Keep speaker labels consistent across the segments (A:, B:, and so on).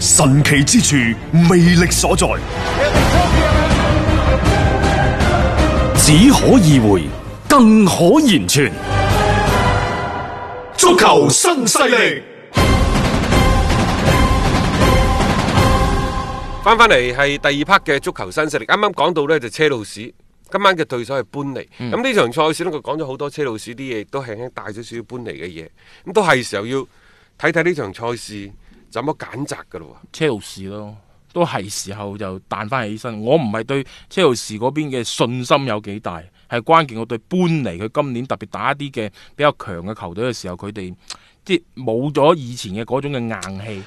A: 神奇之處，魅力所在，
B: 只可意會，更可言傳。
C: 足球新勢力，
D: 翻翻嚟係第二 part 嘅足球新勢力，啱啱講到呢就車路士，今晚嘅對手係搬尼。咁呢、場賽事呢，佢講咗好多車路士啲嘢，亦都輕輕帶咗少少搬尼嘅嘢。咁都係時候要睇睇呢場賽事怎麼揀擇噶咯
E: 車路士咯，都係時候就彈翻起身。我唔係對車路士嗰邊嘅信心有幾大，係關鍵我對搬嚟佢今年特別打一啲嘅比較強嘅球隊嘅時候，佢哋即係冇咗以前嘅嗰種嘅硬氣。
D: 喎。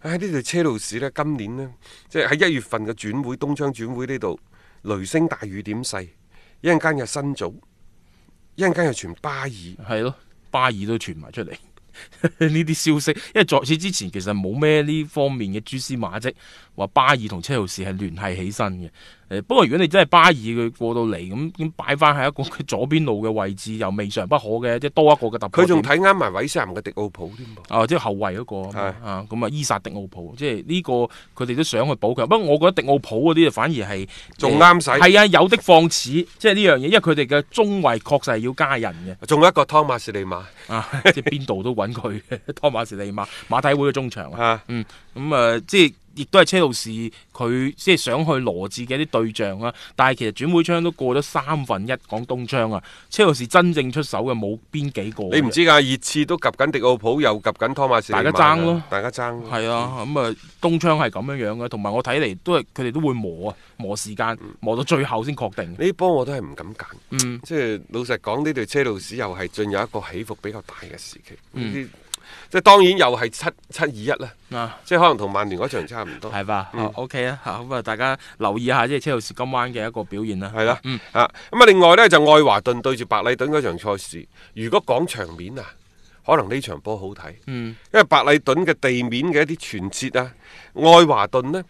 D: 唉，呢隊車路士呢，今年呢，即係喺一月份嘅轉會東窗轉會呢度，雷聲大雨點細，一陣間又新組，一陣間又傳巴爾。
E: 係咯，巴爾都傳埋出嚟 呢啲消息，因為在此之前其實冇咩呢方面嘅蛛絲馬跡，話巴爾同車路士係聯繫起身嘅。誒、不過如果你真係巴爾佢過到嚟咁咁擺 翻喺一個佢左邊路嘅位置，又未嘗不可嘅，即係多一個嘅突破
D: 佢仲
E: 點。
D: 睇啱埋韋斯咸嘅迪奧普添噃。
E: 啊，即係後衞嗰、個啊
D: 係
E: 嘛啊，咁啊伊薩迪奧普，即係呢、個佢哋都想去補強。不過我覺得迪奧普嗰啲就反而係
D: 仲啱使
E: 係啊，有的放矢，即係呢樣嘢，因為佢哋嘅中衞確實係要加人嘅。
D: 仲有一個湯馬士利馬
E: 啊，即係邊度都揾佢 嘅，湯馬士利馬馬體會嘅中場啊，
D: 啊，
E: 嗯，咁、啊，即係亦都係車路士佢即係想去羅致嘅一啲對象啦。但係其實轉會窗都過咗三分一，講東窗啊，車路士真正出手嘅冇邊幾個嘅，
D: 你唔知㗎，熱刺都及緊迪奧普，又及緊湯馬士利馬㗎
E: 大家爭咯
D: 大家爭咯。
E: 係啊，咁啊東窗係咁樣樣嘅，同埋我睇嚟都係佢哋都會磨啊，磨時間，
D: 嗯
E: 磨到最後先確定。
D: 呢波我都係唔敢揀，
E: 嗯
D: 即係老實講，呢隊車路士又係進入一個起伏比較大嘅時期。呢啲即係當然又係七七二一啦，
E: 嗯啊，
D: 即係可能同曼聯嗰場差唔多。
E: 係吧、
D: 嗯
E: 啊 o k 啊，嚇咁啊，大家留意下即係車路士今晚嘅一個表現啦。
D: 係啦，啊咁啊，另外呢，就愛華頓對住白禮頓嗰場賽事，如果講場面啊，可能呢場波好睇，
E: 嗯
D: 因為白禮頓嘅地面嘅一啲傳切啊，愛華頓呢，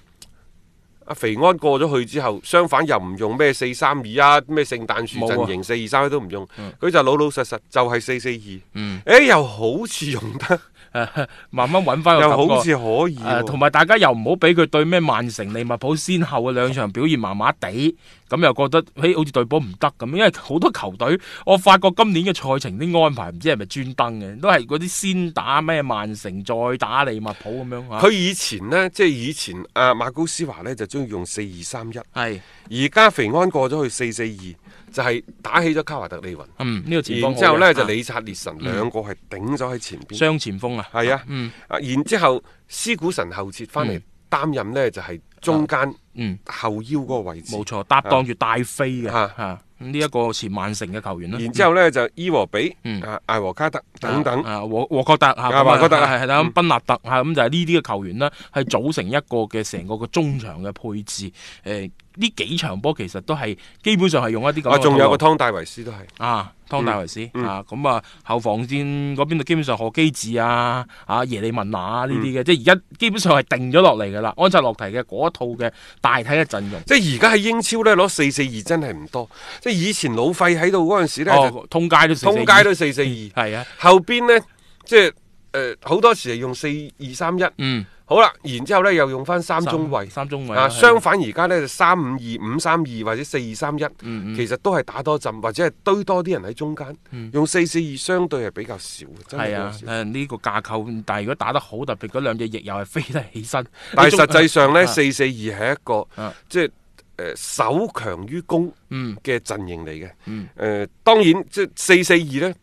D: 阿肥安過咗去之後，相反又唔用咩四三二啊，咩聖誕樹
E: 冇啊
D: 陣型四二三都唔用，佢、就老老實實就係四四二，
E: 嗯
D: 誒又好似用得，
E: 誒 慢慢揾翻
D: 啊
E: 個
D: 又
E: 感覺
D: 好似可以
E: 誒
D: 喎、
E: 同埋大家又唔好俾佢對咩曼城、利物浦先後嘅兩場表現麻麻地，咁又覺得誒好似對波唔得咁，因為好多球隊，我發覺今年嘅賽程啲安排唔知係咪專登嘅，都係嗰啲先打咩曼城，再打利物浦咁樣啊嚇。
D: 佢以前呢，即係以前阿、啊、馬高斯華呢，就中意用四二三一。
E: 係，
D: 而家肥安過咗去四四二，就係打起咗卡華特利雲，
E: 嗯，呢、個前鋒好
D: 然
E: 嘅
D: 之後呢，就
E: 啊
D: 李察列神兩個係頂咗喺前邊，
E: 雙前鋒啊，
D: 係啊，
E: 嗯
D: 啊然之後斯古神後撤翻嚟
E: 嗯
D: 擔任呢，就係中間
E: 嗯，
D: 後腰嗰個位置
E: 冇，錯，搭檔住戴飛嘅
D: 啊
E: 嚇，咁呢一個前曼城嘅球員啦。
D: 然之後呢，就伊和比
E: 嗯、
D: 啊艾和卡特等等，
E: 啊，和和確特嚇，
D: 啊和確特啊
E: 係係啦，
D: 嗯
E: 咁賓納特嚇，咁就係呢啲嘅球員啦，係組成一個嘅成個嘅中場嘅配置。誒，呢幾場波其實都係基本上係用一啲咁
D: 啊
E: 嘅
D: 仲有個
E: 套
D: 湯戴維斯都係。
E: 路啊，湯戴維斯
D: 嗯
E: 啊，咁啊後防線嗰邊就基本上何基治啊、啊耶利文拿啊呢
D: 嗯
E: 啲嘅，即係而家基本上係定咗落嚟㗎啦。安察洛提嘅嗰一套嘅大體嘅陣容，
D: 即係而家喺英超呢，攞四四二真係唔多。即係以前老費喺度嗰陣時呢，就
E: 哦，通街都四四二
D: 通街都四四二，
E: 係啊，
D: 後邊呢，即係誒好多時係用四二三一。
E: 嗯，
D: 好啦，然之後呢，又用翻三
E: 三
D: 中衞，
E: 三中衞
D: 啊，
E: 啦
D: 相反而家呢，就三五二、五三二或者四二三一，
E: 嗯嗯
D: 其實都係打多陣或者係堆多啲人喺中間，用四四二相對係比較少，真係比
E: 係
D: 較
E: 啊，
D: 少。
E: 誒呢個架構，但係如果打得好，特別嗰兩隻翼又係飛得起身。
D: 但
E: 你
D: 係
E: 仲
D: 實 際上呢，
E: 啊
D: 四四二係一個
E: 啊
D: 即係誒守強於攻
E: 嗯
D: 嘅呃陣型嚟嘅。誒、
E: 嗯
D: 當然即係四四二呢，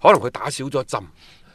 D: 可能佢打少咗針，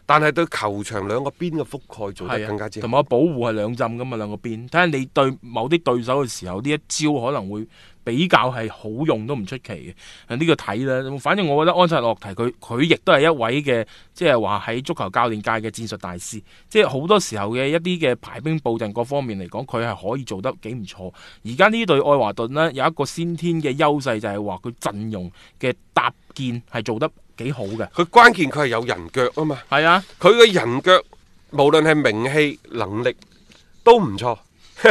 D: 但係對球場兩個邊嘅覆蓋做得
E: 係
D: 更加
E: 啊，
D: 之
E: 同
D: 好。
E: 埋我保護係兩浸噶嘛，兩個邊。睇下你對某啲對手嘅時候，呢一招可能會比較係好用都唔出奇嘅。啊呢、個睇啦，反正我覺得安察洛提佢佢亦都係一位嘅，即係話喺足球教練界嘅戰術大師。即係好多時候嘅一啲嘅排兵布陣各方面嚟講，佢係可以做得幾唔錯。而家呢隊愛華頓呢，有一個先天嘅優勢，就係話佢陣容嘅搭建係做得幾好嘅。
D: 佢關鍵佢係有人腳啊嘛，
E: 係啊。
D: 佢嘅人腳無論係名氣能力都唔錯，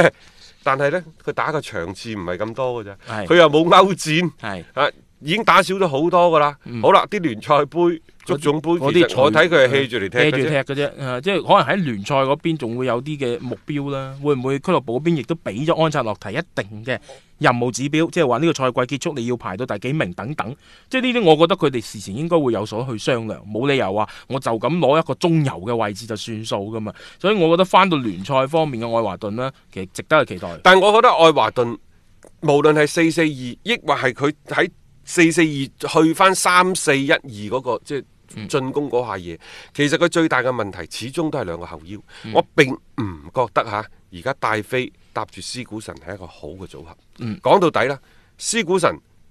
D: 但係呢，佢打嘅場次唔係咁多嘅咋，
E: 係
D: 佢又冇歐戰，
E: 係嗯
D: 啊已經打少咗好多噶啦。好啦，啲聯賽杯、足總杯，
E: 嗰
D: 其
E: 啲嗯
D: 實我睇佢係 hea 住嚟踢嘅
E: 住
D: 啫。
E: 踢嘅啫，啊即係可能喺聯賽嗰邊仲會有啲嘅目標啦。會唔會俱樂部嗰邊亦都俾咗安察洛提一定嘅任務指標，即係話呢個賽季結束你要排到第幾名等等。即係呢啲，我覺得佢哋事前應該會有所去商量，冇理由話我就咁攞一個中游嘅位置就算數噶嘛。所以我覺得翻到聯賽方面嘅愛華頓呢，其實值得去期待。
D: 但我覺得愛華頓無論係四四二，抑或係佢喺四四二去翻三四一二嗰個即係。
E: 嗯
D: 進攻嗰下嘢，其實佢最大嘅問題始終都係兩個後腰。
E: 嗯
D: 我並唔覺得嚇，而家戴飛搭住斯古神係一個好嘅組合。
E: 嗯
D: 講到底啦，斯古神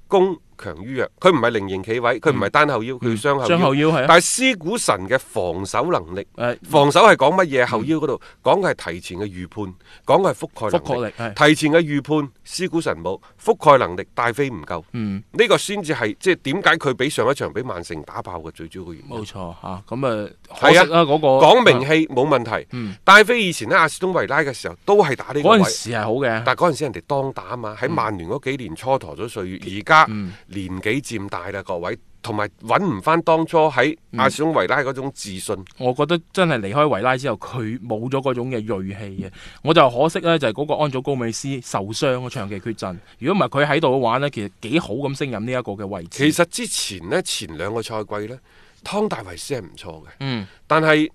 D: 攻強於弱，佢唔係菱形企位，佢唔係單後腰，佢要雙後腰。
E: 嗯雙後腰係啊
D: 但係斯古神嘅防守能力，
E: 誒
D: 防守係講乜嘢？後腰嗰度講嘅係提前嘅預判，講嘅係覆蓋能力。
E: 覆蓋力係
D: 提前嘅預判，斯古神冇覆蓋能力，戴飛唔夠。
E: 嗯
D: 呢個先至係即係點解佢比上一場俾曼城打爆嘅最主要嘅原因。
E: 冇錯嚇，咁啊可惜
D: 係
E: 啦嗰、個啊
D: 講名氣冇問題。
E: 嗯
D: 戴飛以前喺阿士東維拉嘅時候都係打呢個
E: 嗰
D: 位
E: 陣。時嗯係好嘅。
D: 但嗰陣時人哋當打啊嘛，喺曼聯嗰幾年蹉跎咗歲
E: 嗯
D: 月，而家年紀漸大啦，各位，同埋揾唔翻當初喺
E: 嗯
D: 阿士東維拉嗰種自信。
E: 我覺得真係離開維拉之後，佢冇咗嗰種嘅鋭氣嘅，我就可惜呢，就係、嗰個安祖高美斯受傷啊，長期缺陣。如果唔係佢喺度嘅話呢，其實幾好咁升任呢一個嘅位置。
D: 其實之前呢，前兩個賽季呢，湯大維斯係唔錯嘅，
E: 嗯，
D: 但係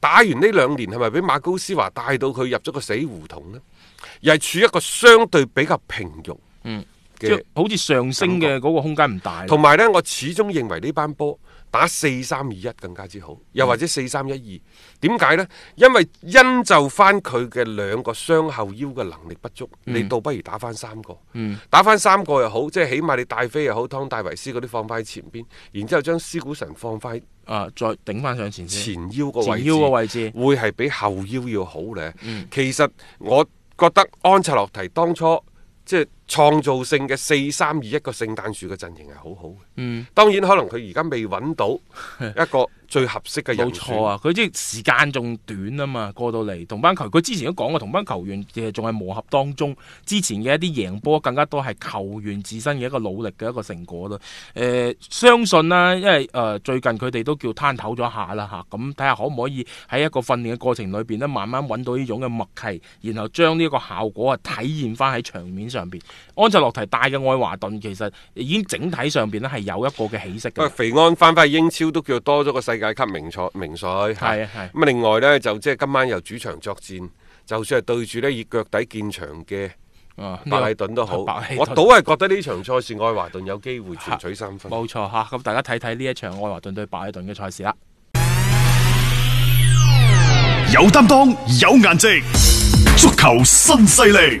D: 打完呢兩年係咪俾馬高斯華帶到佢入咗個死胡同呢？又係處一個相對比較平庸
E: 嗯即
D: 嘅
E: 係好似上升嘅嗰個空間唔大。
D: 同埋呢，我始終認為呢班波打四三二一更加之好，又或者四三一二。點解呢？因為因就翻佢嘅兩個雙後腰嘅能力不足，你倒不如打翻三個。打翻三個又好，即係起碼你戴飛又好，湯戴維斯嗰啲放翻喺前邊，然之後將斯古神放翻喺
E: 啊，再頂翻上前先。
D: 前腰個位置，
E: 前腰個位置嗯
D: 會係比後腰要好呢。其實我覺得安察洛提當初即係創造性嘅四三二一個聖誕樹嘅陣型係好好嘅。
E: 嗯，
D: 當然可能佢而家未揾 到一個最合適嘅人
E: 冇錯啊！佢即係時間仲短啊嘛，過到嚟同班球，佢之前都講過，同班球員其實仲係磨合當中。之前嘅一啲贏波更加多係球員自身嘅一個努力嘅一個成果咯。誒、相信啦，因為誒、呃最近佢哋都叫攤唞咗一下啦嚇，咁睇下可唔可以喺一個訓練嘅過程裏邊咧，慢慢揾到呢種嘅默契，然後將呢一個效果啊體現翻喺場面上邊。安切洛提帶嘅愛華頓其實已經整體上邊咧係有一個嘅起色
D: 選。
E: 嘅，
D: 肥安翻返去英超都叫多咗個世界級名賽名帥，
E: 係啊係
D: 咁另外呢，就即係今晚又主場作戰，就算係對住呢以腳底見長嘅
E: 啊呢個
D: 白禮頓都好，
E: 白禮頓
D: 我倒係覺得呢場賽事愛華頓有機會全取三分。
E: 冇錯吓，咁大家睇睇呢一場愛華頓對白禮頓嘅賽事啦。
A: 有擔當，有顏值，足球新勢力。